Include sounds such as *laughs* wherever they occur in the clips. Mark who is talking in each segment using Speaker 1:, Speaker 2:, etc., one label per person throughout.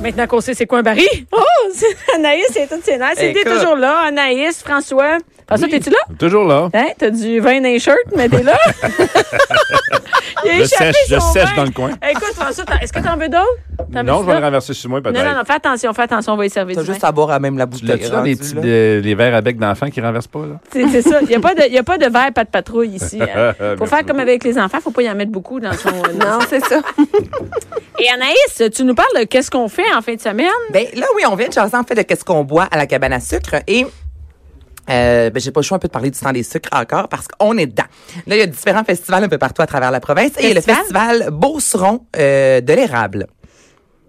Speaker 1: Maintenant qu'on sait c'est quoi un baril. *laughs* Oh, c'est- Anaïs, c'est toutes ses nerfs. C'est t'es
Speaker 2: Écoute.
Speaker 1: toujours là. Anaïs, François. François, t'es-tu là?
Speaker 3: Toujours là.
Speaker 1: Hein? T'as du vin dans les shirts, mais t'es là. *laughs* Il a
Speaker 3: Je
Speaker 1: échappé
Speaker 3: sèche, je
Speaker 1: son
Speaker 3: sèche
Speaker 1: vin.
Speaker 3: dans le coin.
Speaker 1: Écoute, François, t'en- est-ce que t'en veux d'autres? T'en veux-tu
Speaker 3: Non, je vais le
Speaker 1: d'autres?
Speaker 3: renverser sur moi,
Speaker 1: Non, non,
Speaker 3: peut-être.
Speaker 1: non, fais attention, fais attention, on va y servir
Speaker 2: T'as
Speaker 1: du vin.
Speaker 2: juste à boire à même la bouteille.
Speaker 3: L'as-tu dans les,
Speaker 2: rendu,
Speaker 3: petits,
Speaker 2: là.
Speaker 3: les- les verres à bec d'enfants qui renversent pas,
Speaker 1: *laughs*
Speaker 3: là?
Speaker 1: C'est c'est ça. Il n'y a, pas de- y a pas de verre, pas de patrouille ici.
Speaker 3: *laughs*
Speaker 1: hein. Faut
Speaker 3: Merci
Speaker 1: faire comme
Speaker 3: beaucoup.
Speaker 1: avec les enfants, faut pas y en mettre beaucoup dans son...
Speaker 2: Non, c'est ça.
Speaker 1: *laughs* Et Anaïs, tu nous parles de qu'est-ce qu'on fait en fin de semaine?
Speaker 2: Ben là, oui, on vient de jaser en fait de qu'est-ce qu'on boit à la cabane à sucre et euh, ben, j'ai pas le choix un peu de parler du temps des sucres encore parce qu'on est dedans. Là, il y a différents festivals un peu partout à travers la province et il y a le festival Beauceron euh, de l'érable.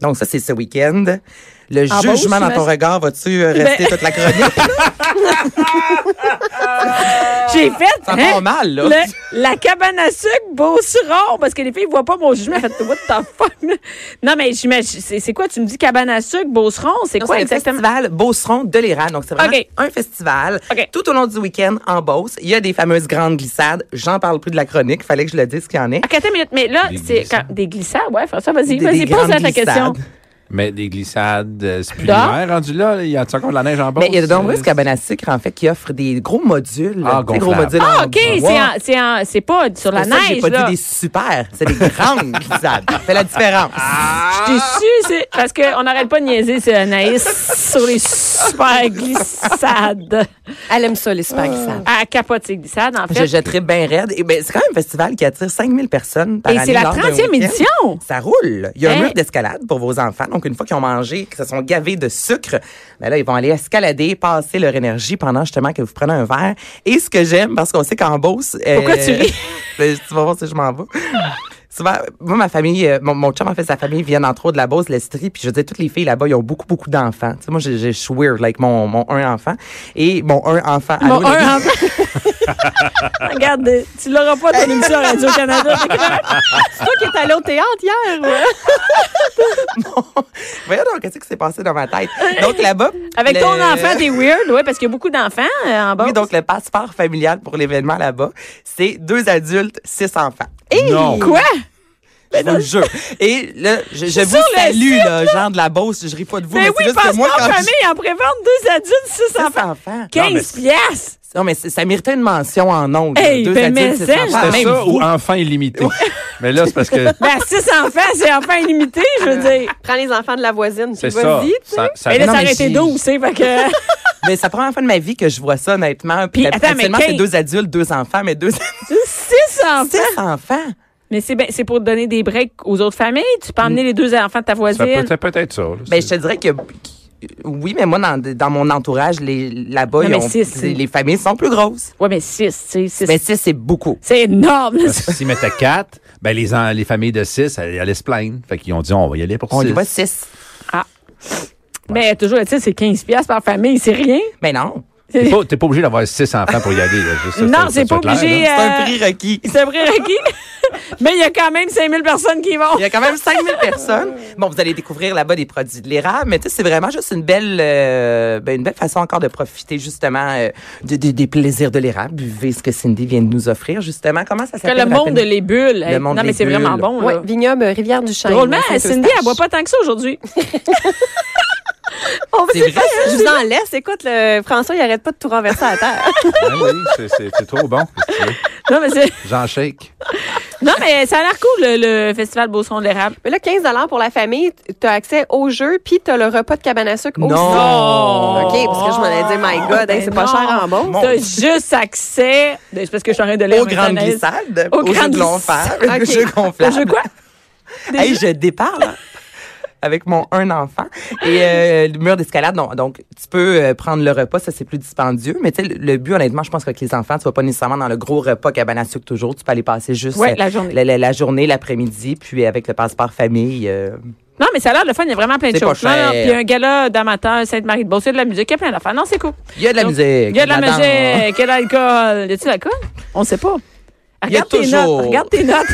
Speaker 2: Donc ça, c'est ce week-end. Le
Speaker 1: En Beauce,
Speaker 2: jugement dans ton
Speaker 1: j'imagine.
Speaker 2: regard, vas-tu
Speaker 1: Eh
Speaker 2: euh, rester
Speaker 1: ben-
Speaker 2: toute
Speaker 1: *laughs*
Speaker 2: la chronique?
Speaker 1: J'ai fait...
Speaker 2: Euh, Ça
Speaker 1: hein,
Speaker 2: prend mal, là.
Speaker 1: le- la cabane à sucre, Beauceron, parce que les filles voient pas mon jugement. Elles font, what the fuck? Non, mais j'imagine, c'est c'est quoi? Tu me dis cabane à sucre, Beauceron, c'est
Speaker 2: Non,
Speaker 1: quoi
Speaker 2: c'est
Speaker 1: exactement?
Speaker 2: le festival Beauceron de l'Iran. Donc, c'est vraiment
Speaker 1: OK.
Speaker 2: un festival.
Speaker 1: OK.
Speaker 2: Tout au long du week-end, en Beauce, il y a des fameuses grandes glissades. J'en parle plus de la chronique. Fallait que je le dise qu'il y en ait.
Speaker 1: OK, attends une minute, mais là,
Speaker 3: Des
Speaker 1: c'est
Speaker 3: glissades.
Speaker 1: quand- des glissades, ouais, François, vas-y,
Speaker 2: Des-
Speaker 1: vas-y,
Speaker 2: des
Speaker 1: pose la
Speaker 2: grandes
Speaker 1: ta question.
Speaker 2: glissades.
Speaker 3: Mais des glissades, euh, c'est plus
Speaker 1: Dehors?
Speaker 3: l'hiver rendu là. Il y a encore de la neige en bas.
Speaker 2: Mais il y a de nombreuses cabanes à sucre, en fait, qui offrent des gros modules.
Speaker 3: Ah,
Speaker 2: des gros
Speaker 3: gonflables.
Speaker 2: modules en
Speaker 1: Ah, OK, c'est
Speaker 2: bois.
Speaker 1: en- c'est en- c'est pas sur la
Speaker 2: Pour ça que
Speaker 1: neige,
Speaker 2: J'ai pas
Speaker 1: là.
Speaker 2: dit des super, c'est des grandes *laughs* glissades. Ça fait la différence.
Speaker 3: Ah.
Speaker 1: Je t'ai
Speaker 2: Ah.
Speaker 1: su, c'est parce qu'on n'arrête pas de niaiser, c'est Anaïs, sur les super glissades.
Speaker 4: Elle aime ça, les super glissades.
Speaker 1: À capote, ces glissades, en
Speaker 2: Je
Speaker 1: fait.
Speaker 2: jetterai bien raide. Et ben, c'est quand même un festival qui attire 5000 personnes par
Speaker 1: Et
Speaker 2: année.
Speaker 1: c'est la
Speaker 2: lors d'un
Speaker 1: 30e
Speaker 2: week-end.
Speaker 1: édition.
Speaker 2: Ça roule. Il y a
Speaker 1: Hein?
Speaker 2: un mur d'escalade pour vos enfants. Donc, une fois qu'ils ont mangé, qu'ils se sont gavés de sucre, ben là, ils vont aller escalader, passer leur énergie pendant justement que vous prenez un verre. Et ce que j'aime, parce qu'on sait qu'en Beauce... euh,
Speaker 1: Pourquoi tu ris?
Speaker 2: *laughs* ben, tu vas voir si je m'en vais. Souvent, moi, ma famille, euh, mon, mon chum, en fait, sa famille vient entre autres de la Beauce, l'Estrie, puis je veux dire, toutes les filles là-bas, ils ont beaucoup, beaucoup d'enfants. Tu sais, moi, j'ai- j'ai- je suis weird, like, mon, mon un enfant. Et mon un enfant...
Speaker 1: Bon,
Speaker 2: allô, les
Speaker 1: un enfant. Regarde, tu l'auras pas ton émission à Radio-Canada. C'est toi qui es allé au théâtre hier,
Speaker 2: *laughs* Voyons donc, qu'est-ce qui s'est passé dans ma tête? Donc là-bas.
Speaker 1: Avec
Speaker 2: le-
Speaker 1: ton enfant, t'es weird, ouais, parce qu'il y a beaucoup d'enfants euh, en bas.
Speaker 2: Oui, donc le passeport familial pour l'événement là-bas, c'est deux adultes, six enfants.
Speaker 3: Non.
Speaker 1: Quoi?
Speaker 2: Je vous le jure. Et là, je, je vous
Speaker 1: sur le
Speaker 2: salue,
Speaker 1: site,
Speaker 2: là, genre de la Beauce, je ris pas de vous,
Speaker 1: Mais
Speaker 2: mais,
Speaker 1: Ben oui,
Speaker 2: c'est juste que
Speaker 1: passe-moi
Speaker 2: moi,
Speaker 1: en
Speaker 2: quand
Speaker 1: famille, en prévente, deux adultes, six
Speaker 2: je...
Speaker 1: enfants.
Speaker 2: enfants.
Speaker 1: 15 piastres!
Speaker 2: Non, mais c'est- ça méritait une mention en ondes. là.
Speaker 1: Hey,
Speaker 2: deux
Speaker 1: ben, mais
Speaker 2: adultes, six
Speaker 1: ça,
Speaker 2: enfants.
Speaker 3: C'était
Speaker 2: Ah, Même
Speaker 3: ça
Speaker 2: vous.
Speaker 3: ou enfant illimité? *laughs* Mais là, c'est parce que
Speaker 1: Ben, six enfants, c'est enfant illimité, je veux dire.
Speaker 4: Prends les enfants de la voisine, puis
Speaker 3: c'est ça.
Speaker 4: vas-y.
Speaker 3: ça, ça-
Speaker 1: Mais là,
Speaker 2: Non,
Speaker 1: ça
Speaker 2: mais
Speaker 1: aurait été
Speaker 2: j'ai-
Speaker 1: 12, c'est fait
Speaker 2: *laughs*
Speaker 1: que...
Speaker 2: Mais Ben, c'est la première fois de ma vie que je vois ça, honnêtement.
Speaker 1: Puis,
Speaker 2: Puis,
Speaker 1: attends, mais
Speaker 2: habituellement,
Speaker 1: quin-
Speaker 2: c'est deux adultes, deux enfants, mais deux
Speaker 1: Six enfants.
Speaker 2: six enfants.
Speaker 1: Mais c'est ben- c'est pour donner des breaks aux autres familles. Tu peux
Speaker 2: Mm.
Speaker 1: emmener les deux enfants de ta
Speaker 3: ça peut
Speaker 1: voisine.
Speaker 3: être peut-être ça. là.
Speaker 2: Ben,
Speaker 3: C'est-
Speaker 2: je te dirais que oui, mais moi, dans, dans mon entourage, les- là-bas,
Speaker 1: Non,
Speaker 2: ils
Speaker 1: mais
Speaker 2: ont-
Speaker 1: six, c'est-
Speaker 2: les familles sont plus grosses.
Speaker 1: Ouais, mais six, tu sais, six.
Speaker 2: Mais six, c'est beaucoup.
Speaker 1: C'est énorme.
Speaker 2: *laughs*
Speaker 1: là.
Speaker 3: Parce que S'ils mettaient quatre, ben les, en- les familles de six elles allaient se plaindre. Fait qu'ils ont dit, on va y aller pour
Speaker 2: On y
Speaker 3: six.
Speaker 2: va six.
Speaker 1: Mais toujours, tu sais, c'est 15 piastres par famille, c'est rien.
Speaker 2: Mais Ben, non,
Speaker 1: Euh,
Speaker 3: T'es pas, t'es pas obligé d'avoir six enfants pour y aller. là. Juste ça,
Speaker 1: Non,
Speaker 3: ça- ça
Speaker 1: c'est
Speaker 3: soit
Speaker 1: pas
Speaker 3: clair,
Speaker 1: obligé.
Speaker 3: là.
Speaker 2: c'est un
Speaker 1: Euh,
Speaker 2: prix requis.
Speaker 1: C'est
Speaker 2: *laughs*
Speaker 1: vrai, Rocky. Mais il y a quand même 5000 personnes qui y vont.
Speaker 2: Il y a quand même 5000 personnes. Bon, vous allez découvrir là-bas des produits de l'érable, mais tu sais, c'est vraiment juste une belle, euh, ben, une belle façon encore de profiter justement euh, de- de- des plaisirs de l'érable. Buvez ce que Cindy vient de nous offrir, justement. Comment
Speaker 1: Que
Speaker 2: ça s'appelle?
Speaker 1: le monde de
Speaker 2: rappelle-moi?
Speaker 1: les bulles. hey.
Speaker 2: monde
Speaker 1: non, mais
Speaker 2: des
Speaker 1: c'est vraiment
Speaker 2: bulles.
Speaker 1: bon.
Speaker 4: Oui,
Speaker 1: Là.
Speaker 4: vignoble euh, Rivière-du-Chêne.
Speaker 1: Drôlement,
Speaker 4: à
Speaker 1: Cindy,
Speaker 4: Saint-Eustache.
Speaker 1: elle boit pas tant que ça aujourd'hui.
Speaker 4: On va-
Speaker 2: C'est
Speaker 4: c'est
Speaker 2: vrai,
Speaker 4: vrai, je vous en laisse. Écoute, le François, il arrête pas de tout renverser à terre.
Speaker 3: Ah oui, c'est- c'est c'est trop bon. Qu'est-ce que tu veux?
Speaker 1: Non, mais c'est-
Speaker 3: J'en shake.
Speaker 1: non, mais ça a l'air cool, le, le festival Beauceron de l'érable.
Speaker 4: Mais là, 15 pour la famille, tu as accès au jeu, puis tu as le repas de cabane à sucre aussi. Oh!
Speaker 2: Non.
Speaker 4: OK, parce que je m'en ai dit, my God, hein, c'est pas
Speaker 1: Oh, ben non.
Speaker 4: cher en bon.
Speaker 2: Mon
Speaker 1: T'as juste accès. Ben, C'est parce que je suis en train de lire.
Speaker 2: Aux
Speaker 1: mes
Speaker 2: grandes
Speaker 1: analyses.
Speaker 2: glissades,
Speaker 1: Aux
Speaker 2: aux jeux
Speaker 1: grandes
Speaker 2: de l'enfer, *laughs*
Speaker 1: glissades.
Speaker 2: aux
Speaker 1: Ok.
Speaker 2: jeux gonflables.
Speaker 1: Je quoi? Des
Speaker 2: Hey, je départ,
Speaker 1: hein.
Speaker 2: là. *laughs* Avec mon un enfant. Et euh, le mur d'escalade, non. Donc, tu peux euh, prendre le repas, ça, c'est plus dispendieux. Mais tu sais, le, le but, honnêtement, je pense qu'avec les enfants, tu vas pas nécessairement dans le gros repas cabane à sucre toujours. Tu peux aller passer juste
Speaker 1: Ouais,
Speaker 2: euh,
Speaker 1: la journée.
Speaker 2: la, la- la journée, l'après-midi, puis avec le passeport famille. euh,
Speaker 1: Non, mais ça a l'air le fun. Il y a vraiment plein de
Speaker 2: C'est pas
Speaker 1: choses. Non, non,
Speaker 2: cher.
Speaker 1: Puis il y a un gala d'amateurs, Sainte-Marie-de-Beauce, il y a de la musique, il y a plein d'affaires. Non, c'est cool.
Speaker 2: Il y a de la
Speaker 1: Donc,
Speaker 2: musique.
Speaker 1: Il y a de la
Speaker 2: danse.
Speaker 1: musique, il y a de l'alcool. Y a-tu de l'alcool? On sait pas.
Speaker 2: Il y a
Speaker 1: Regarde tes
Speaker 2: toujours.
Speaker 1: notes. Regarde tes notes.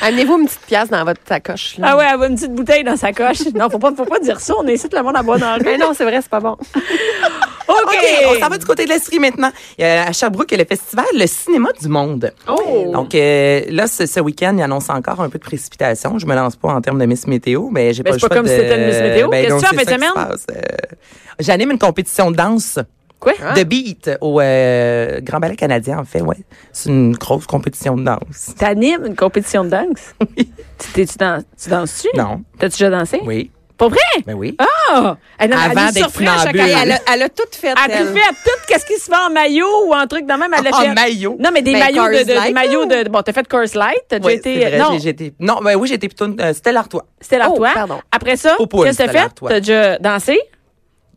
Speaker 4: Amenez-vous une petite pièce dans votre sacoche. là.
Speaker 1: Ah ouais, elle a une petite bouteille dans sa coche. Non, faut pas, faut pas dire ça. On incite le monde à boire dans le
Speaker 4: Mais non, c'est vrai, c'est pas bon.
Speaker 1: OK.
Speaker 2: *laughs* OK, on s'en va du côté de l'Estrie maintenant. Il y a à Sherbrooke, il y a le festival Le Cinéma du Monde.
Speaker 4: Oh!
Speaker 2: Donc euh, là, ce, ce week-end, il annonce encore un peu de précipitation. Je me lance pas en termes de Miss Météo, mais j'ai
Speaker 1: Ben,
Speaker 2: pas
Speaker 1: c'est
Speaker 2: le
Speaker 1: pas
Speaker 2: choix
Speaker 1: comme
Speaker 2: de- Ben,
Speaker 1: si c'était une Miss Météo. Qu'est-ce
Speaker 2: donc,
Speaker 1: que tu fais en
Speaker 2: c'est
Speaker 1: fin de
Speaker 2: ça qui se passe. Euh, J'anime une compétition de danse.
Speaker 1: Quoi?
Speaker 2: De beat au euh, Grand Ballet canadien, en fait, ouais. C'est une grosse compétition de danse.
Speaker 1: T'animes une compétition de danse?
Speaker 2: *laughs*
Speaker 1: Tu, t'es- tu, dans- tu danses-tu?
Speaker 2: Non.
Speaker 1: T'as-tu déjà dansé?
Speaker 2: Oui.
Speaker 1: Pas vrai?
Speaker 2: Ben oui.
Speaker 1: Ah! Elle,
Speaker 2: Avant
Speaker 1: elle nous
Speaker 2: d'être
Speaker 1: surprend à chaque
Speaker 2: funambule.
Speaker 1: année.
Speaker 4: Elle
Speaker 1: Elle a-
Speaker 4: a, elle a tout fait.
Speaker 1: elle a
Speaker 4: elle.
Speaker 1: tout fait tout qu'est-ce qui se fait en maillot ou en truc dans même. Elle l'a
Speaker 2: *laughs* En
Speaker 1: fait-
Speaker 2: maillot.
Speaker 1: Non, mais des
Speaker 4: Ben,
Speaker 1: maillots de,
Speaker 4: Coors
Speaker 1: de- des
Speaker 4: Light,
Speaker 1: maillots
Speaker 4: là.
Speaker 1: de. Bon, t'as fait Curse Light, t'as déjà
Speaker 2: Oui,
Speaker 1: été.
Speaker 2: c'est vrai,
Speaker 1: non,
Speaker 2: j'ai- j'ai été- non, ben oui, j'étais plutôt... Euh, Stella Artois.
Speaker 1: c'était l'Artois.
Speaker 4: Oh, pardon.
Speaker 1: Après ça,
Speaker 2: Au poule,
Speaker 1: qu'est-ce que t'as
Speaker 2: c'était
Speaker 1: fait?
Speaker 2: l'Artois.
Speaker 1: T'as déjà dansé?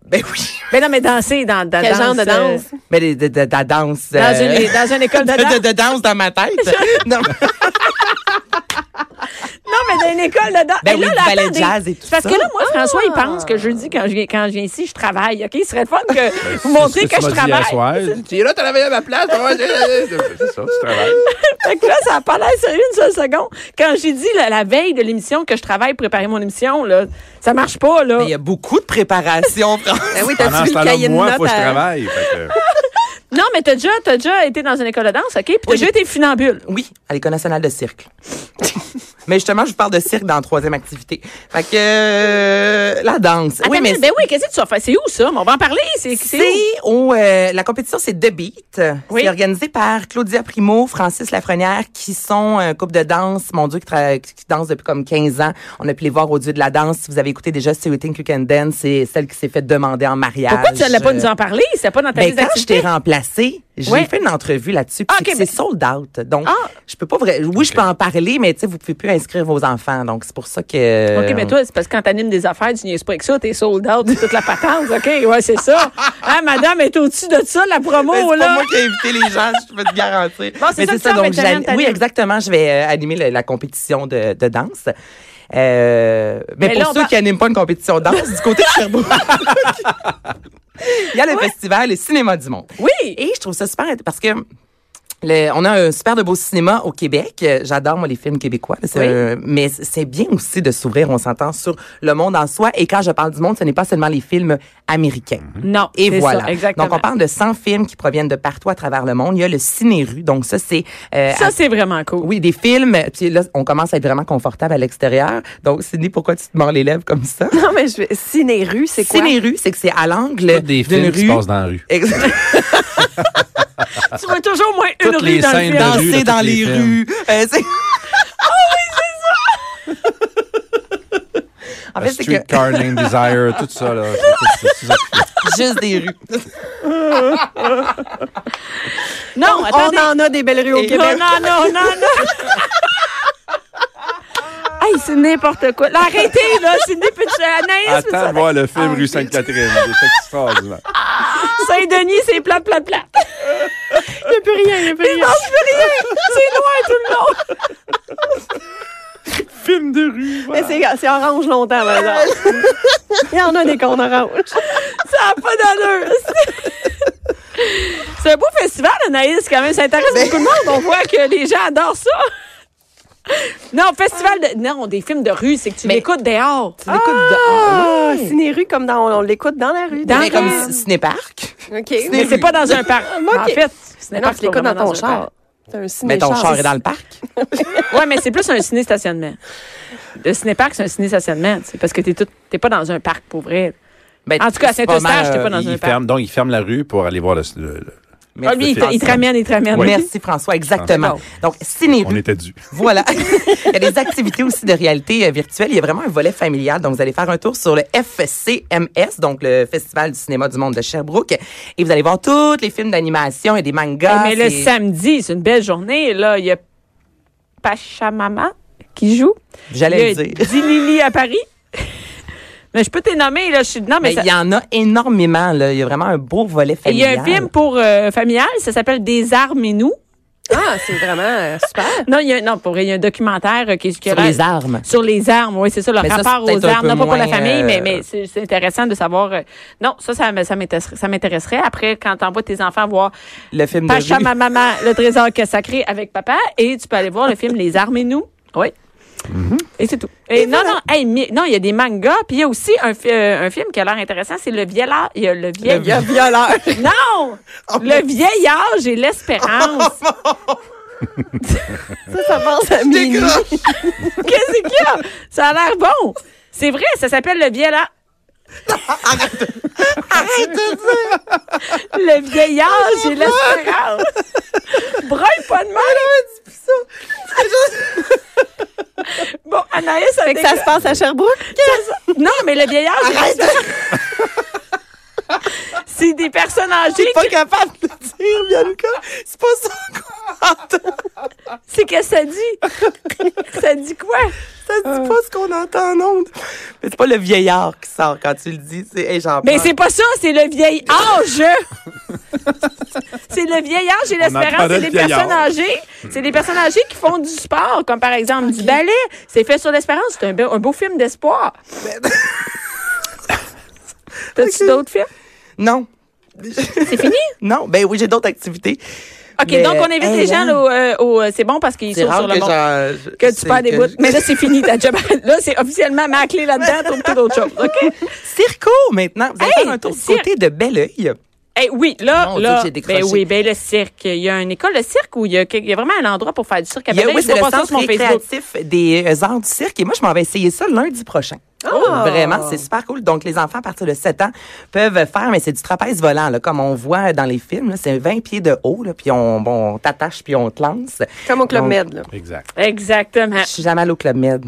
Speaker 2: Ben oui. *laughs*
Speaker 1: Ben non, mais danser dans, dans
Speaker 4: Quel
Speaker 1: danse,
Speaker 4: genre de
Speaker 1: euh,
Speaker 4: danse?
Speaker 2: Mais de, de- de- de la danse...
Speaker 1: Dans,
Speaker 2: euh, *laughs*
Speaker 1: une, dans une école de danse.
Speaker 2: de, de danse dans ma tête.
Speaker 1: *laughs*
Speaker 2: non,
Speaker 1: Non, mais dans une école de danse.
Speaker 2: Ben
Speaker 1: Et là, là,
Speaker 2: oui, du ballet
Speaker 1: attendez.
Speaker 2: jazz et tout
Speaker 1: Parce
Speaker 2: ça.
Speaker 1: que là, moi, François,
Speaker 4: Ah!
Speaker 1: il pense que jeudi, quand je, viens- quand je viens ici, je travaille. OK? Il serait le fun
Speaker 2: *laughs* Ben,
Speaker 1: que vous montrez que je travaille.
Speaker 3: Tu es là, tu à ma place. C'est ça, tu travailles.
Speaker 1: Fait que là, ça a pas l'air sérieux une seule seconde. Quand j'ai dit là, la veille de l'émission que je travaille pour préparer mon émission, là, ça marche pas, là.
Speaker 2: mais il y a beaucoup de préparation, *laughs* François.
Speaker 4: Ben oui,
Speaker 3: Pendant
Speaker 4: t'as
Speaker 3: ce
Speaker 4: suivi le cahier
Speaker 3: temps-là, moi,
Speaker 4: de notes.
Speaker 3: faut que je
Speaker 4: à-
Speaker 3: travaille. Fait *laughs* que-
Speaker 1: Non, mais t'as déjà, t'as déjà été dans une école de danse, OK? Puis t'as
Speaker 2: Oui,
Speaker 1: déjà
Speaker 2: j'ai-
Speaker 1: été funambule.
Speaker 2: Oui, à l'École nationale de cirque. *laughs* mais justement, je vous parle de cirque dans la troisième activité. Fait que euh, la danse.
Speaker 1: Attends,
Speaker 2: oui, mais
Speaker 1: ben oui, qu'est-ce que tu vas faire? C'est où, ça? Mais On va en parler. C'est c'est où?
Speaker 2: c'est au euh, la compétition c'est The Beat.
Speaker 1: Oui.
Speaker 2: C'est organisé par Claudia Primo, Francis Lafrenière qui sont un couple de danse, mon dieu qui, tra- qui danse depuis comme 15 ans. On a pu les voir au dieu de la danse. Si vous avez écouté déjà E See You Think You Can Dance, c'est celle qui s'est fait demander en mariage.
Speaker 1: Pourquoi tu n'allais pas nous en parler? C'était pas dans ta
Speaker 2: Ben,
Speaker 1: liste
Speaker 2: quand je t'ai
Speaker 1: d'activités.
Speaker 2: remplacée, j'ai
Speaker 1: Ouais.
Speaker 2: fait une entrevue là-dessus. puis
Speaker 1: Ah,
Speaker 2: c'est
Speaker 1: ok,
Speaker 2: que
Speaker 1: ben-
Speaker 2: c'est sold out. Donc,
Speaker 1: Ah.
Speaker 2: je peux pas vrai. Oui, je peux en parler, mais tu sais, vous pouvez plus inscrire vos enfants. Donc, c'est pour ça que.
Speaker 1: OK, mais toi, c'est parce que quand t'animes des affaires, tu niaises pas avec ça, t'es sold out, c'est toute la patente, OK? Ouais, c'est ça. Hein, madame est au-dessus de ça, la promo,
Speaker 2: Ben, c'est
Speaker 1: oh, là.
Speaker 2: pas moi qui ai invité les gens,
Speaker 1: *laughs*
Speaker 2: je peux te garantir.
Speaker 1: Bon, c'est
Speaker 2: Mais
Speaker 1: ça que tu as, mais t'as
Speaker 2: j'an-
Speaker 1: rien, t'as
Speaker 2: oui,
Speaker 1: rien.
Speaker 2: exactement, je vais euh, animer le- la compétition de, de danse. Euh, mais,
Speaker 1: Mais
Speaker 2: pour
Speaker 1: là, on
Speaker 2: ceux
Speaker 1: va-
Speaker 2: qui animent pas une compétition de danse, du
Speaker 1: *laughs*
Speaker 2: côté de Sherbrooke, *laughs* il y a le festival Le Cinéma du Monde.
Speaker 1: Oui.
Speaker 2: Et je trouve ça super int- parce que le- on a un super de beau cinéma au Québec. Euh, J'adore, moi, les films québécois. C'est
Speaker 1: Oui.
Speaker 2: un- mais c- c'est bien aussi de s'ouvrir, on s'entend, sur le monde en soi. Et quand je parle du monde, ce n'est pas seulement les films américains.
Speaker 1: Non.
Speaker 2: Et
Speaker 1: Mhm. c'est
Speaker 2: voilà.
Speaker 1: ça, exactement.
Speaker 2: Donc, on parle de 100 films qui proviennent de partout à travers le monde. Il y a le ciné-rue. Donc, ça, c'est... euh, à-
Speaker 1: Ça, c'est vraiment cool.
Speaker 2: oui, des films. Puis là, on commence à être vraiment confortable à l'extérieur. Donc, Sydney, pourquoi tu te mords les lèvres comme ça?
Speaker 4: *laughs* Non, mais je vais. Ciné-rue, c'est quoi?
Speaker 2: Ciné-rue, c'est que c'est à l'angle
Speaker 3: Toutes des
Speaker 2: d'une rue.
Speaker 3: films qui se passent dans la rue.
Speaker 2: Exact.
Speaker 1: Tu vois toujours moins une
Speaker 3: Toutes
Speaker 1: rue
Speaker 3: les
Speaker 1: dans le
Speaker 3: scènes
Speaker 1: film.
Speaker 3: de
Speaker 2: Danser
Speaker 3: rue. là,
Speaker 2: dans
Speaker 3: toutes
Speaker 2: les
Speaker 3: les films.
Speaker 2: rues. Euh, c'est... En fait, c'est que
Speaker 3: Streetcar Name Desire, tout ça. Là. C'est- c'est- c'est ça.
Speaker 2: *laughs* juste des rues.
Speaker 1: Non,
Speaker 4: On
Speaker 1: attendez.
Speaker 4: en a des belles rues au
Speaker 1: Non,
Speaker 4: Québec.
Speaker 1: non, non, non, non. hey, c'est n'importe quoi. Là, arrêtez, là. C'est des petits Anaïs. mais
Speaker 3: Attends
Speaker 1: ça-
Speaker 3: de voir le film Rue Sainte-Catherine. C'est extraordinaire.
Speaker 1: Saint-Denis, c'est plate, plate, plate.
Speaker 4: Il n'y a plus rien, il n'y a plus rien.
Speaker 1: Non, je veux rien. C'est loin, tout le long.
Speaker 3: film de rue.
Speaker 4: Mais Eh, c'est- c'est orange longtemps, par exemple. *laughs* Il y en a des cons orange.
Speaker 1: Ça n'a pas d'allure. *laughs* C'est un beau festival, Anaïs, quand même. Ça intéresse beaucoup de monde. On voit que les gens adorent ça. Non, festival de. Non, des films de rue, c'est que tu l'écoutes dehors.
Speaker 2: Tu l'écoutes dehors. Ouais.
Speaker 4: Ciné-rue, comme dans, on, on l'écoute Ah, dans la rue.
Speaker 1: Dans-
Speaker 2: Mais Ah! comme c- ciné-parc.
Speaker 4: OK.
Speaker 1: Mais c'est pas dans un parc. En fait, ce n'est
Speaker 4: Mais non,
Speaker 1: pas
Speaker 4: tu l'écoutes dans ton char. C'est un
Speaker 2: Mais ton
Speaker 4: ciné-char,
Speaker 2: char
Speaker 4: c'est-
Speaker 2: est dans le parc.
Speaker 1: Oui, mais c'est plus un ciné-stationnement. Le ciné-parc, c'est un ciné-stationnement. tu sais, Parce que t'es tout- t'es pas dans un parc pour vrai.
Speaker 2: Ben,
Speaker 1: En tout cas, à
Speaker 2: c'est pas
Speaker 1: Saint-Eustache,
Speaker 2: mal,
Speaker 1: t'es
Speaker 2: euh,
Speaker 1: pas dans
Speaker 3: Il
Speaker 1: un parc.
Speaker 3: ferme, donc, il ferme la rue pour aller voir le. le- le-
Speaker 1: Ah, lui, il, te- il te ramène, il te ramène.
Speaker 2: Merci François, exactement. Donc, ciné
Speaker 3: on était dû.
Speaker 2: *laughs* Voilà. il y a des activités aussi de réalité euh, virtuelle. Il y a vraiment un volet familial. Donc, vous allez faire un tour sur le FCMS, donc le Festival du cinéma du monde de Sherbrooke. Et vous allez voir tous les films d'animation et des
Speaker 4: Ah,
Speaker 2: mangas.
Speaker 1: Eh, mais le
Speaker 2: C'est-
Speaker 1: samedi, c'est une belle journée. Là, il y a Pachamama qui joue.
Speaker 2: J'allais
Speaker 1: Il y a
Speaker 2: *laughs* le dire.
Speaker 1: Dilili à
Speaker 2: *laughs*
Speaker 1: Paris. mais je peux t'es nommer. Là, je suis... Non, mais,
Speaker 2: Mais
Speaker 1: ça-
Speaker 2: il y en a énormément. Là. Ben, Il y a vraiment un beau volet
Speaker 1: il y
Speaker 2: familial.
Speaker 1: a un film pour euh, familial. Ça s'appelle Des armes et nous.
Speaker 4: Ah, c'est vraiment euh, *laughs* super.
Speaker 1: Non, il y a, non, pour vrai, il y a un documentaire euh, qui est
Speaker 2: Sur les armes.
Speaker 1: Sur les armes, oui, c'est ça, le
Speaker 2: Mais ça, c'est
Speaker 1: rapport
Speaker 2: peut-être
Speaker 1: aux
Speaker 2: un
Speaker 1: armes.
Speaker 2: peu
Speaker 1: Non, pas pour la
Speaker 2: moins,
Speaker 1: famille,
Speaker 2: euh,
Speaker 1: mais, mais c'est c'est intéressant de savoir. euh, non, ça, ça, me- ça m'intéresserait. ça m'intéresserait. Après, quand t'envoies tes enfants voir
Speaker 2: Le film de
Speaker 1: Pacha,
Speaker 2: rue.
Speaker 1: ma maman, le trésor que sacré avec papa, et tu peux aller voir le film Les armes et nous. Oui. Et c'est tout. Et non, non, hey, mais- non, il y a des mangas, puis il y a aussi un, fi- euh, un film qui a l'air intéressant, c'est Le Vieillard. Il y a Le
Speaker 2: Le
Speaker 1: Vieillard.
Speaker 2: viol- *laughs* violeur.
Speaker 1: Non! le Vieillard et l'espérance.
Speaker 4: Ça, ça passe à minuit.
Speaker 1: *laughs*
Speaker 2: Décroche.
Speaker 1: Qu'est-ce qu'il y a? Ça a l'air bon. C'est vrai, ça s'appelle le *laughs* vieillard. Arrête! Arrête de dire! Ah Le vieillage et l'espérance! Broye pas de mal! Bon, Anaïs,
Speaker 4: Fait que ça se passe à Sherbrooke?
Speaker 1: Non, mais le vieillage. et l'espérance. C'est des personnes âgées.
Speaker 2: Pas capable de le dire, Bianca. C'est pas ça qu'on entend.
Speaker 1: C'est que ça dit. Ça dit quoi?
Speaker 2: Ça dit pas ce qu'on entend en ondes. Mais c'est pas le vieillard qui sort quand tu le dis. C'est, hey, j'en
Speaker 1: Mais
Speaker 2: pleure.
Speaker 1: c'est pas ça, c'est le vieil âge. *laughs* c'est le vieil âge et l'espérance.
Speaker 3: entendait
Speaker 1: C'est
Speaker 3: le
Speaker 1: des
Speaker 3: vieil
Speaker 1: personnes
Speaker 3: âge.
Speaker 1: âgées. C'est des personnes âgées qui font du sport, comme par exemple du ballet. C'est fait sur l'espérance. C'est un, be- un beau film
Speaker 3: *laughs*
Speaker 1: d'espoir. T'as-tu d'autres films?
Speaker 2: Non. *laughs* C'est *laughs*
Speaker 1: fini?
Speaker 2: Non. Ben oui, j'ai d'autres activités.
Speaker 1: OK,
Speaker 2: Mais,
Speaker 1: donc on invite
Speaker 2: hey,
Speaker 1: les gens
Speaker 2: hein.
Speaker 1: là, au, euh, au, euh, c'est bon parce qu'ils
Speaker 2: C'est
Speaker 1: sont
Speaker 2: rare
Speaker 1: sur
Speaker 2: que,
Speaker 1: le monde.
Speaker 2: j'en-
Speaker 1: Que tu
Speaker 2: c'est
Speaker 1: perds des
Speaker 2: que
Speaker 1: bouts.
Speaker 2: je-
Speaker 1: Mais là, c'est fini, ta job. *laughs* Là, c'est officiellement ma clé là-dedans, trouve tout autre chose. OK?
Speaker 2: Circo, maintenant. Vous allez
Speaker 1: Hey,
Speaker 2: faire un tour du
Speaker 1: cir-
Speaker 2: côté de Belleuil.
Speaker 1: Eh oui, là,
Speaker 2: Mon Dieu,
Speaker 1: là, ben
Speaker 2: j'ai décroché.
Speaker 1: oui, ben le cirque. Il y a une école de cirque où il y a, il y a vraiment un endroit pour faire du cirque. à
Speaker 2: Il y a
Speaker 1: Belleuil.
Speaker 2: oui,
Speaker 1: Je
Speaker 2: c'est
Speaker 1: vois pas
Speaker 2: le
Speaker 1: ça
Speaker 2: centre
Speaker 1: sur mon Facebook.
Speaker 2: créatif des euh, arts du cirque. Et moi, je m'en vais essayer ça lundi prochain.
Speaker 1: Ah!
Speaker 2: Vraiment, c'est super cool. Donc, les enfants à partir de 7 ans peuvent faire, mais c'est du trapèze volant, là, comme on voit dans les films. là. C'est 20 pieds de haut, là, puis on, bon, on t'attache, puis on te lance.
Speaker 1: Ah.
Speaker 4: Comme au Club
Speaker 2: Donc,
Speaker 4: Med, là.
Speaker 3: Exact.
Speaker 1: Exactement.
Speaker 2: Je suis jamais allée au Club Med.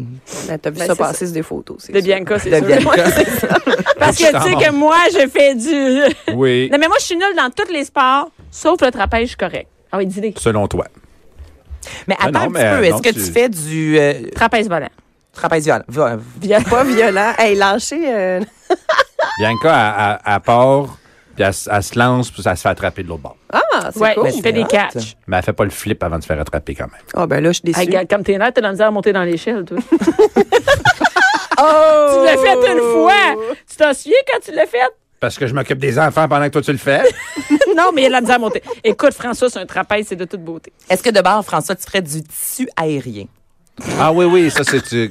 Speaker 4: Ben, T'as vu
Speaker 1: Ben, c'est ça.
Speaker 4: ça passer sur des photos, c'est
Speaker 1: De
Speaker 4: sûr.
Speaker 1: Bianca, c'est
Speaker 2: De
Speaker 1: sûr.
Speaker 2: Bianca.
Speaker 1: Ouais, c'est ça. Parce que tu sais que moi, je fais du... *laughs*
Speaker 3: Oui.
Speaker 1: Non, mais moi, je suis nulle dans tous les sports, sauf le trapèze, je suis correct. Ah oui, dis-les.
Speaker 3: Selon toi.
Speaker 2: Mais
Speaker 3: Ah
Speaker 2: attends
Speaker 3: non,
Speaker 2: un
Speaker 3: mais,
Speaker 2: petit peu,
Speaker 3: euh,
Speaker 2: est-ce
Speaker 3: non,
Speaker 2: que
Speaker 3: tu-
Speaker 2: tu, fais du euh,
Speaker 1: Trapèze volant.
Speaker 2: trapèze volant? Va- euh,
Speaker 4: Bien- Pas violent. Hey, lâcher. euh,
Speaker 3: Bianca, à, à, à part, puis elle, s- elle se lance, puis elle se fait attraper de l'autre bord.
Speaker 4: Ah, c'est
Speaker 1: Ouais,
Speaker 4: cool.
Speaker 1: je fais des
Speaker 2: hot.
Speaker 1: catchs.
Speaker 3: Mais elle fait pas le flip avant de se faire attraper quand même.
Speaker 4: Ah, ben là, je suis déçue.
Speaker 1: Hey, regarde, comme t'es là, t'as de la misère à monter dans l'échelle, toi. Tu l'as fait une fois. Tu t'en souviens quand tu l'as fait?
Speaker 3: Parce que je m'occupe des enfants pendant que toi tu le fais.
Speaker 1: Non, mais il y a de la misère à monter. Écoute, François, c'est un trapèze, c'est de toute beauté.
Speaker 2: Est-ce que de bord, François, tu ferais du tissu aérien?
Speaker 3: *laughs* ah oui, oui, ça c'est euh,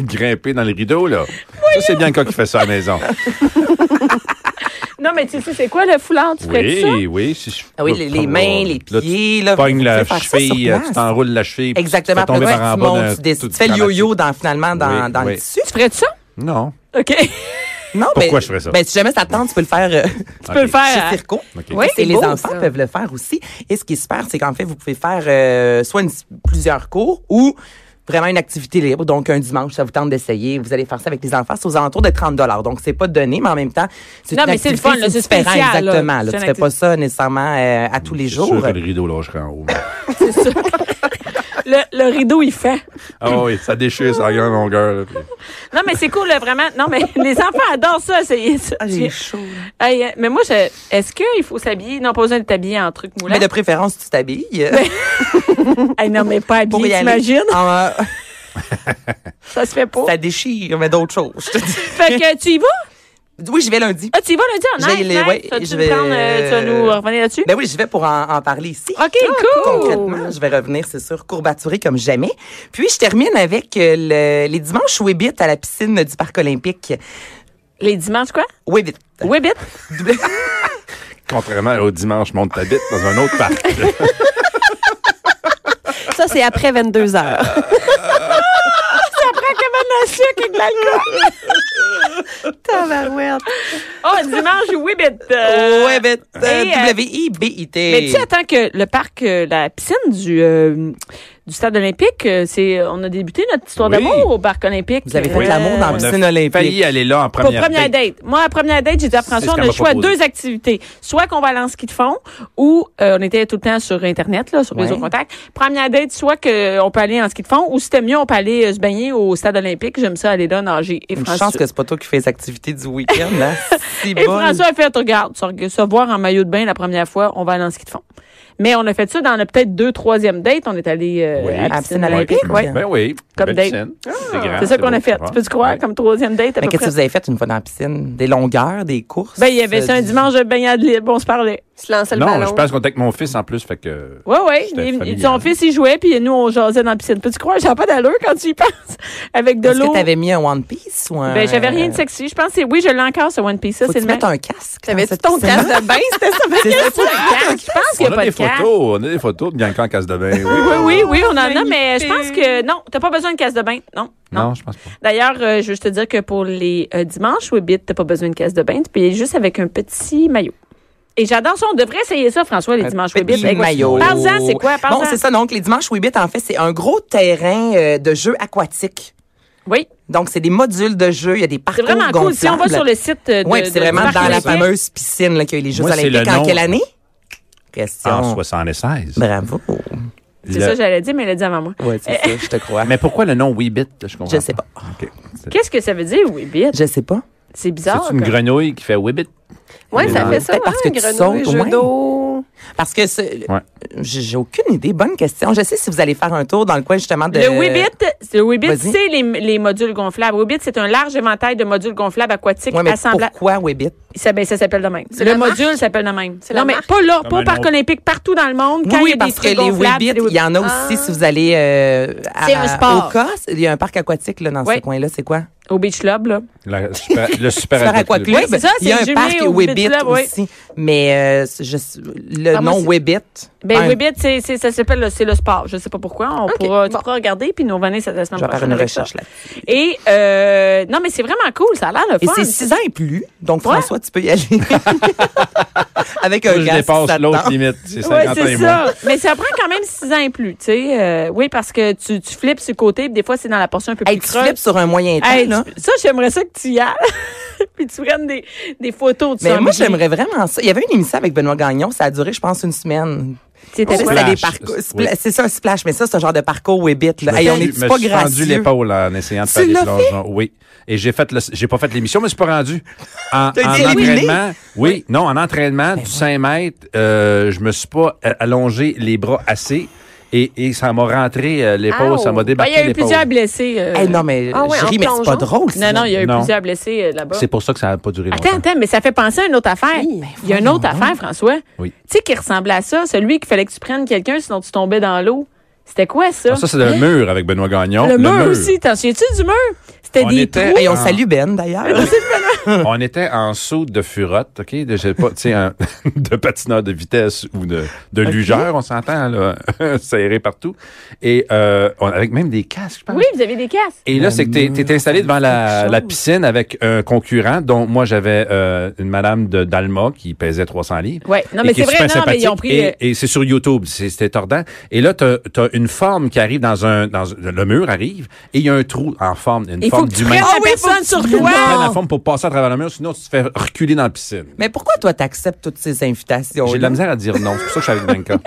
Speaker 3: grimper dans les rideaux, là. Ça c'est Bianca qui fait ça à la maison.
Speaker 1: Non, mais tu sais, c'est quoi le foulard? Tu ferais ça?
Speaker 3: Oui, oui. Si je-
Speaker 2: Ah oui, les- les mains, les
Speaker 3: Là,
Speaker 2: pieds,
Speaker 3: tu
Speaker 2: là,
Speaker 3: pognes
Speaker 2: vous pouvez
Speaker 3: la
Speaker 2: faire ça sur
Speaker 3: cheville, euh,
Speaker 2: place.
Speaker 3: tu t'enroules la cheville. puis
Speaker 2: Exactement.
Speaker 3: Tu te fais tomber
Speaker 2: Après,
Speaker 3: par en
Speaker 2: tu
Speaker 3: bas
Speaker 2: montes,
Speaker 3: d'un-
Speaker 2: tu, décides-
Speaker 3: tout
Speaker 2: tu fais le
Speaker 3: dramatique.
Speaker 2: yo-yo dans, finalement dans,
Speaker 3: Oui,
Speaker 2: dans le
Speaker 3: oui.
Speaker 2: tissu.
Speaker 1: Tu ferais ça?
Speaker 3: Non.
Speaker 1: OK.
Speaker 2: Non,
Speaker 3: Pourquoi
Speaker 2: ben,
Speaker 3: je ferais ça?
Speaker 2: Ben, si jamais ça te tente, tu peux le faire euh,
Speaker 1: Tu peux le faire.
Speaker 2: chez
Speaker 1: à-
Speaker 2: Circo.
Speaker 3: OK.
Speaker 4: Oui, c'est
Speaker 2: et les
Speaker 4: beau,
Speaker 2: enfants
Speaker 4: ça.
Speaker 2: peuvent le faire aussi. Et ce qui est super, c'est qu'en fait, vous pouvez faire euh, soit une- plusieurs cours ou vraiment une activité libre. Donc, un dimanche, ça vous tente d'essayer. Vous allez faire ça avec les enfants. C'est aux alentours de 30 Donc, c'est pas donné, mais en même temps, c'est
Speaker 1: Non,
Speaker 2: une
Speaker 1: mais c'est le
Speaker 2: activité,
Speaker 1: fun, là, c'est
Speaker 2: différent,
Speaker 1: spécial, là.
Speaker 2: Exactement. là.
Speaker 1: C'est
Speaker 2: Tu
Speaker 1: une
Speaker 2: fais pas ça nécessairement euh, à tous les
Speaker 3: C'est
Speaker 2: jours.
Speaker 3: sûr que le rideau, là, je serais en haut.
Speaker 1: C'est ça. le, le rideau, il fait.
Speaker 3: Ah oui, ça déchire, ça gagne en longueur. là, puis-
Speaker 1: Non, mais c'est cool, là, vraiment. Non, mais *laughs* les enfants adorent ça. C'est, ça.
Speaker 2: Ah, j'ai chaud. là.
Speaker 1: Hey, euh, mais moi, je, est-ce qu'il faut s'habiller? Non, pas besoin de t'habiller en truc moulant.
Speaker 2: Mais de préférence, tu t'habilles. euh,
Speaker 1: *laughs* Hey, non, mais pas
Speaker 2: *laughs* pour y
Speaker 1: habillé,
Speaker 2: aller.
Speaker 1: t'imagines?
Speaker 2: Ah, euh,
Speaker 1: Ça se fait pas.
Speaker 2: ça déchire, mais d'autres choses. je te dis.
Speaker 1: Fait que tu y vas?
Speaker 2: Oui, j'y vais lundi.
Speaker 1: Ah, tu y vas lundi? Ah,
Speaker 2: Je vais
Speaker 1: nice,
Speaker 2: y aller,
Speaker 1: nice.
Speaker 2: ouais,
Speaker 1: Vas-tu
Speaker 2: je
Speaker 1: nous
Speaker 2: vais-
Speaker 1: prendre, euh, tu vas nous revenir là-dessus?
Speaker 2: Ben oui, je vais pour en, en parler ici. Ah,
Speaker 1: OK, cool.
Speaker 2: Concrètement, je vais revenir, c'est sûr, courbaturé comme jamais. Puis je termine avec euh, le- les dimanches Webit à la piscine du Parc olympique.
Speaker 1: Les dimanches, quoi? *laughs*
Speaker 2: Webit. *laughs*
Speaker 1: Webbit?
Speaker 3: Contrairement au dimanche, monte ta bite dans un autre parc.
Speaker 4: Ça, c'est après 22 heures.
Speaker 1: Prends comme un sucre avec de l'alcool. Ah, ben
Speaker 4: Tabarouette.
Speaker 1: Oh, dimanche, Webbit. Euh,
Speaker 2: Webit. euh,
Speaker 1: et, euh,
Speaker 2: W-I-B-I-T.
Speaker 1: Mais tu sais, attends que le parc, euh, la piscine du, euh, du stade olympique, euh, c'est, on a débuté notre histoire
Speaker 3: Oui.
Speaker 1: d'amour au parc olympique.
Speaker 2: Vous avez fait de l'amour dans
Speaker 1: Euh,
Speaker 2: la
Speaker 3: On a
Speaker 2: piscine olympique.
Speaker 3: failli aller là en
Speaker 1: Pour
Speaker 3: première,
Speaker 1: première
Speaker 3: date.
Speaker 1: date. Moi, à première date, j'ai dit à François, on
Speaker 3: ce
Speaker 1: a
Speaker 3: qu'elle
Speaker 1: le
Speaker 3: m'a
Speaker 1: choix à
Speaker 3: proposé.
Speaker 1: deux activités. Soit qu'on va aller en ski de fond, ou euh, on était tout le temps sur Internet, là, sur les
Speaker 2: Ouais.
Speaker 1: réseau contact. Première date, soit qu'on peut aller en ski de fond, ou si c'était mieux, on peut aller euh, se baigner au stade olympique. J'aime ça aller là nager. Et
Speaker 2: Une
Speaker 1: François,
Speaker 2: chance que c'est pas toi qui fais les activités du week-end. Hein?
Speaker 1: *laughs*
Speaker 2: Si
Speaker 1: et
Speaker 2: bonne.
Speaker 1: François a fait, regarde, se se voir en maillot de bain la première fois, on va aller en ski de fond. Mais on a fait ça dans le peut-être deux, troisième date. On est allé euh,
Speaker 3: Oui.
Speaker 1: à la piscine
Speaker 2: Piscine
Speaker 1: olympique.
Speaker 2: olympique.
Speaker 1: ouais.
Speaker 3: Ben oui.
Speaker 1: Comme
Speaker 3: belle
Speaker 1: date.
Speaker 3: piscine.
Speaker 2: Ah,
Speaker 3: C'est grand,
Speaker 1: C'est ça qu'on
Speaker 3: beau.
Speaker 1: a fait. Tu peux te croire,
Speaker 3: Ouais.
Speaker 1: comme troisième date à
Speaker 2: Mais
Speaker 1: peu
Speaker 2: qu'est-ce
Speaker 1: près.
Speaker 2: que vous avez fait une fois dans la piscine? Des longueurs, des courses? Euh,
Speaker 1: Ben, il y avait ça un
Speaker 2: du-
Speaker 1: dimanche de baignade libre, on se parlait.
Speaker 4: *laughs* Se lancer le
Speaker 3: Non,
Speaker 4: ballon.
Speaker 3: je pense qu'on était avec mon fils en plus, fait que.
Speaker 1: Ouais, ouais.
Speaker 3: C'était
Speaker 1: Il-
Speaker 3: familial.
Speaker 1: son fils, il jouait, puis nous, on jasait dans la piscine. Peux-tu croire? J'ai pas d'allure quand tu y penses. *laughs* Avec de
Speaker 2: Est-ce que
Speaker 1: l'eau.
Speaker 2: t'avais mis un One Piece ou un.
Speaker 1: Ben, j'avais rien de sexy. Je pense que c'est- oui, je l'ai encore, ce One Piece. Ça,
Speaker 2: Faut
Speaker 1: c'est
Speaker 2: que tu
Speaker 1: le
Speaker 2: mettes
Speaker 1: même.
Speaker 2: un casque.
Speaker 4: T'avais-tu
Speaker 2: dans
Speaker 4: ton
Speaker 2: cette piscine?
Speaker 4: casque de bain? C'était ça,
Speaker 2: *laughs* C'est ça, tu
Speaker 1: Je pense qu'il n'y
Speaker 3: On
Speaker 1: a pas
Speaker 3: a
Speaker 1: de
Speaker 3: des
Speaker 1: casque.
Speaker 3: photos, on a des photos de Bianca en casse de bain. Oui,
Speaker 1: Oui, oui, oui, on en a, mais je
Speaker 4: Magnifique.
Speaker 1: pense que non, t'as pas besoin de casse de bain. Non. Non.
Speaker 3: Non, je pense pas.
Speaker 1: D'ailleurs, euh, je veux juste te dire que pour les euh, dimanches Weebit, t'as pas besoin de casse de bain, tu peux y aller juste avec un petit maillot. Et j'adore ça, on devrait essayer ça, François, les dimanches
Speaker 2: Petit
Speaker 1: Weebit. Avec-
Speaker 2: maillot.
Speaker 1: Parle-en, c'est quoi? Parle-en.
Speaker 2: Bon, c'est ça. Donc, les dimanches Weebit, en fait, c'est un gros terrain euh, de jeu aquatique.
Speaker 1: Oui,
Speaker 2: Donc, c'est des modules de jeu. Il y a des
Speaker 1: c'est
Speaker 2: parcours
Speaker 1: vraiment cool. Si on va
Speaker 2: gonflables.
Speaker 1: sur le site euh, de.
Speaker 2: Oui, puis c'est
Speaker 1: de-
Speaker 2: vraiment
Speaker 1: du parc
Speaker 2: dans la
Speaker 1: olympique.
Speaker 2: fameuse piscine là, qu'il y a eu les Jeux
Speaker 3: Moi, c'est
Speaker 2: olympiques.
Speaker 3: le
Speaker 2: En
Speaker 3: nom.
Speaker 2: quelle année? Question.
Speaker 3: En 76.
Speaker 2: Bravo.
Speaker 1: Ben, C'est
Speaker 3: Le-
Speaker 1: ça, j'allais dire, mais elle l'a dit avant moi.
Speaker 2: Oui, c'est ça, je te crois.
Speaker 3: Mais pourquoi le nom Weebit? Je comprends.
Speaker 2: Je sais pas.
Speaker 3: OK. C'est-
Speaker 1: Qu'est-ce que ça veut dire, Weebit?
Speaker 2: Je sais pas.
Speaker 1: C'est bizarre.
Speaker 3: C'est une
Speaker 1: comme-
Speaker 3: grenouille qui fait Weebit.
Speaker 4: Oui, ça
Speaker 3: Non.
Speaker 4: fait ça.
Speaker 2: Peut-être parce
Speaker 4: hein,
Speaker 2: que tu
Speaker 4: grenouille,
Speaker 2: sautes,
Speaker 4: jeu
Speaker 2: ouais.
Speaker 4: d'eau.
Speaker 2: Parce que ce-
Speaker 3: Ouais.
Speaker 2: j'ai j'ai aucune idée. Bonne question. Je sais si vous allez faire un tour dans le coin justement de.
Speaker 1: Le Weebit, le Weebit,
Speaker 2: Vas-y.
Speaker 1: c'est les, les modules gonflables. Weebit, c'est un large éventail de modules gonflables aquatiques
Speaker 2: Ouais, mais
Speaker 1: assemblables.
Speaker 2: pourquoi Weebit?
Speaker 1: Ça, ben, ça s'appelle de même.
Speaker 4: C'est
Speaker 1: Le
Speaker 4: la marque?
Speaker 1: module s'appelle de même.
Speaker 4: C'est
Speaker 1: Non,
Speaker 4: la
Speaker 1: mais
Speaker 4: marque?
Speaker 1: pas là, pas au
Speaker 3: un
Speaker 1: parc
Speaker 3: nom.
Speaker 1: olympique, partout dans le monde. quand il y
Speaker 2: oui,
Speaker 1: a des
Speaker 2: parce que
Speaker 1: trucs
Speaker 2: les
Speaker 1: gonflables,
Speaker 2: Weebit,
Speaker 1: c'est des
Speaker 2: il y en a aussi si vous allez euh,
Speaker 1: C'est un sport.
Speaker 2: au Cos. Il y a un parc aquatique là, dans
Speaker 1: Ouais.
Speaker 2: ce coin-là. C'est quoi?
Speaker 1: Au Beach Club, là.
Speaker 3: La super-
Speaker 1: *laughs*
Speaker 3: le super,
Speaker 2: Super Aqua Club.
Speaker 1: Oui, c'est ça,
Speaker 2: ben, il y a
Speaker 1: c'est
Speaker 2: un
Speaker 1: jumelé
Speaker 2: parc
Speaker 1: au Weebit
Speaker 2: Weebit
Speaker 1: Club, oui.
Speaker 2: aussi. Mais euh, c'est juste- le
Speaker 4: Ah, moi,
Speaker 2: nom
Speaker 4: c'est-
Speaker 2: Weebit.
Speaker 1: Ben,
Speaker 2: un-
Speaker 1: Weebit, c'est, c'est- ça s'appelle le, c'est le sport. Je sais pas pourquoi. On
Speaker 4: Ok,
Speaker 1: pourra, tu
Speaker 4: bon.
Speaker 1: pourras regarder puis nous revenir cette semaine
Speaker 2: Je vais faire
Speaker 1: prochaine
Speaker 2: une
Speaker 1: avec ça.
Speaker 2: recherche là.
Speaker 1: Et, euh, non, mais c'est vraiment cool. Ça a l'air le
Speaker 2: Et
Speaker 1: fun.
Speaker 2: c'est 6 ans et plus. Donc,
Speaker 1: Ouais.
Speaker 2: François, tu peux y aller. *laughs* Avec un
Speaker 3: Moi, je
Speaker 2: gars, si ça
Speaker 3: dépasse
Speaker 2: te
Speaker 3: l'autre
Speaker 2: tente.
Speaker 3: limite. C'est
Speaker 1: Ouais,
Speaker 3: 50 ans et
Speaker 1: c'est
Speaker 3: moins.
Speaker 1: ça. *laughs* Mais ça prend quand même 6 ans et plus, tu sais. Euh, oui, parce que tu, tu flippes sur le côté, puis des fois, c'est dans la portion un peu plus
Speaker 2: Hey, tu
Speaker 1: creuse.
Speaker 2: flippes sur un moyen temps,
Speaker 1: Hey,
Speaker 2: là.
Speaker 1: tu- ça, j'aimerais ça que tu y ailles. *laughs* puis tu prennes des, des photos de
Speaker 2: Mais
Speaker 1: ça.
Speaker 2: moi, j'aimerais vraiment ça. Il y avait une émission avec Benoît Gagnon. Ça a duré, je pense, une semaine.
Speaker 1: C'était
Speaker 2: Ça,
Speaker 1: quoi?
Speaker 2: c'est des
Speaker 3: Splash.
Speaker 2: parcours-
Speaker 3: Oui.
Speaker 2: spla- C'est ça, un splash. Mais ça, c'est un genre de parcours Webbit,
Speaker 3: Je me
Speaker 2: là. Hey, on
Speaker 3: suis-
Speaker 2: est pas
Speaker 3: me suis fendu
Speaker 2: gracieux.
Speaker 3: l'épaule en essayant de
Speaker 2: Tu
Speaker 3: faire des
Speaker 2: l'as
Speaker 3: plongeons. Oui. Et j'ai fait le- j'ai pas fait l'émission, mais je suis pas rendu. En,
Speaker 2: T'as
Speaker 3: en
Speaker 2: été éliminé? Ben
Speaker 3: entraînement, oui, non, en entraînement du 5 mètres, euh, je me suis pas euh, allongé les bras assez et, et ça m'a rentré euh, l'épaule,
Speaker 4: Ow.
Speaker 3: ça m'a
Speaker 1: Ben,
Speaker 3: débarqué
Speaker 1: il y a eu
Speaker 3: l'épaule.
Speaker 1: plusieurs blessés. euh,
Speaker 2: Hey, non, mais
Speaker 4: Ah ouais,
Speaker 2: je
Speaker 4: en
Speaker 2: ris, mais c'est pas
Speaker 4: plongeon?
Speaker 2: drôle.
Speaker 1: non, non, il y a eu
Speaker 3: Non.
Speaker 1: plusieurs blessés euh, là-bas.
Speaker 3: C'est pour ça que ça n'a pas duré longtemps.
Speaker 1: Attends, attends, mais ça fait penser à une autre affaire.
Speaker 4: Oui.
Speaker 1: Il y a une autre affaire, François.
Speaker 3: Oui.
Speaker 1: Tu sais, qui ressemblait à ça, celui qu'il fallait que tu prennes quelqu'un, sinon tu tombais dans l'eau. C'était quoi ça?
Speaker 3: Ah, ça, c'est un mur avec Benoît Gagnon.
Speaker 1: le, mur, aussi. T'en souviens-tu du mur? C'était
Speaker 3: On
Speaker 1: des
Speaker 3: était-
Speaker 1: trous.
Speaker 2: Hey, on
Speaker 3: Ah.
Speaker 2: salue Ben,
Speaker 1: Ah,
Speaker 2: d'ailleurs.
Speaker 3: *laughs* On était en saut de furotte, OK? De, je sais pas, tu sais, un- *laughs* de patineur de vitesse ou de, de lugeur, on s'entend, là, *laughs* serré partout. Et euh, on, avec même des casques, je pense.
Speaker 1: Oui, vous avez des casques.
Speaker 3: Et là, c'est que t'es- t'es installé devant la, la piscine avec un concurrent, dont moi, j'avais euh, une madame de d'Alma qui pesait 300 livres.
Speaker 1: Ouais. Non,
Speaker 3: Et
Speaker 1: mais
Speaker 3: qui est
Speaker 1: c'est vrai,
Speaker 3: super
Speaker 1: non, mais ils
Speaker 3: sympathique.
Speaker 1: ont pris, euh,
Speaker 3: Et, et c'est sur YouTube, c'est- c'était tordant. Et là, t'as as une forme qui arrive dans un... dans un- Le mur arrive, et il y a un trou en forme, une
Speaker 1: Il faut
Speaker 3: forme
Speaker 1: que tu
Speaker 3: d'humain.
Speaker 1: prennes
Speaker 2: Ah
Speaker 1: la
Speaker 2: oui,
Speaker 1: personne
Speaker 2: faut
Speaker 1: sur
Speaker 2: que tu
Speaker 1: toi.
Speaker 2: prennes
Speaker 3: Prends la
Speaker 2: Non.
Speaker 3: forme pour passer à travers le mur, sinon tu te fais reculer dans la piscine.
Speaker 2: Mais pourquoi toi, t'acceptes toutes ces invitations?
Speaker 3: J'ai de la misère à dire non. C'est pour ça que je suis avec Bianca.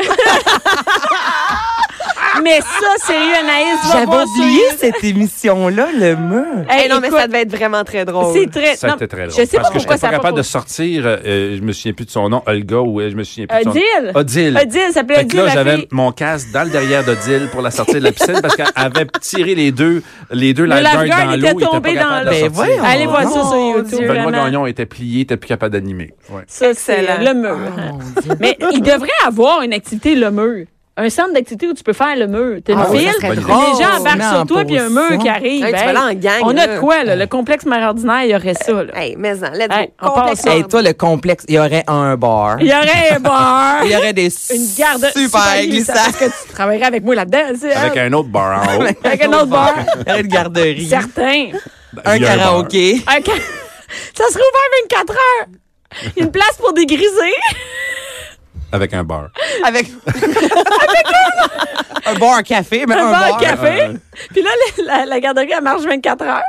Speaker 1: Mais ça, sérieux, Anaïs, va
Speaker 2: J'avais
Speaker 1: voir
Speaker 2: oublié
Speaker 1: ça.
Speaker 2: cette émission-là, le mur.
Speaker 1: Hey,
Speaker 4: Hey, Eh non, mais
Speaker 1: écoute,
Speaker 4: ça devait être vraiment très drôle.
Speaker 1: c'est *laughs* très,
Speaker 3: Ça
Speaker 1: non,
Speaker 3: c'était très drôle.
Speaker 1: Je sais
Speaker 3: Parce
Speaker 1: pas
Speaker 3: que
Speaker 1: pourquoi
Speaker 3: j'étais
Speaker 1: ça
Speaker 3: pas
Speaker 1: a
Speaker 3: capable de
Speaker 1: pas
Speaker 3: sortir, euh, euh, je me souviens plus de son nom, Olga, ou euh, je me souviens plus de son
Speaker 1: Odile.
Speaker 3: nom. Odile.
Speaker 1: Odile, ça s'appelait
Speaker 3: Fait que
Speaker 1: Odile,
Speaker 3: là,
Speaker 1: la
Speaker 3: j'avais
Speaker 1: fille.
Speaker 3: mon casque dans le derrière d'Odile pour la sortir de la piscine parce qu'elle avait tiré les deux, les deux
Speaker 1: Le
Speaker 3: lifeguards
Speaker 1: lifeguard
Speaker 3: dans l'eau.
Speaker 1: était
Speaker 3: il pas
Speaker 1: tombé
Speaker 3: capable
Speaker 1: dans
Speaker 3: de
Speaker 2: l'eau.
Speaker 3: sortir.
Speaker 2: Ben voyons.
Speaker 1: Allez voir ça sur
Speaker 4: Mon
Speaker 1: YouTube.
Speaker 4: Dieu,
Speaker 3: Benoît
Speaker 1: vraiment.
Speaker 3: Gagnon était plié, était plus capable d'animer. Ouais.
Speaker 1: Ça, c'est
Speaker 4: Excellent.
Speaker 1: le mur. hein. Mais il devrait avoir une activité le mur. Un centre d'activité où tu peux faire le mur. T'as une
Speaker 3: Ah oui,
Speaker 1: file,
Speaker 3: ça serait
Speaker 1: les
Speaker 2: drôle.
Speaker 1: gens embarquent
Speaker 2: Non,
Speaker 1: sur toi, puis il y a un mur
Speaker 2: position.
Speaker 1: qui arrive.
Speaker 4: Hey, tu vas là en gang,
Speaker 1: on a
Speaker 4: là.
Speaker 1: de quoi, là? Le complexe mère ordinaire, il y aurait ça, là.
Speaker 4: Hey, mais en, let's
Speaker 1: Hey,
Speaker 4: go.
Speaker 1: on part
Speaker 4: Complexe
Speaker 1: ça.
Speaker 4: Nord.
Speaker 2: Et toi, le complexe, il y aurait un bar.
Speaker 1: Il y aurait un bar,
Speaker 2: *laughs* Il y aurait des
Speaker 1: *laughs* une garde
Speaker 2: super
Speaker 1: Parce que
Speaker 2: glissades.
Speaker 1: tu travaillerais avec moi là-dedans, tu sais, hein?
Speaker 3: Avec un autre bar
Speaker 1: *laughs*
Speaker 3: en haut.
Speaker 1: Avec un autre bar.
Speaker 2: Il y aurait une garderie.
Speaker 1: Certain.
Speaker 2: Un
Speaker 3: Il y a bar.
Speaker 2: karaoké.
Speaker 1: Un ca- *laughs* Ça serait ouvert 24 heures. Une place pour dégriser. *laughs*
Speaker 3: Avec un bar.
Speaker 2: Avec. *laughs* un bar café, mais
Speaker 1: Un,
Speaker 2: un,
Speaker 1: bar,
Speaker 2: bar.
Speaker 1: à café. Puis là, la, la- la garderie, elle marche 24 heures.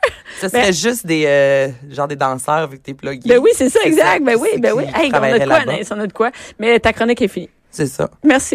Speaker 2: Ça serait juste des, euh, genre des danseurs vu que t'es plugué.
Speaker 1: Ben oui, c'est ça, exact. Ben oui,
Speaker 2: C'est
Speaker 1: ben
Speaker 2: qui
Speaker 1: oui. Hey, on a
Speaker 2: travaillerait
Speaker 1: de quoi,
Speaker 2: là-bas.
Speaker 1: Anaïs, on a de quoi. Mais ta chronique est finie.
Speaker 2: C'est ça.
Speaker 1: Merci.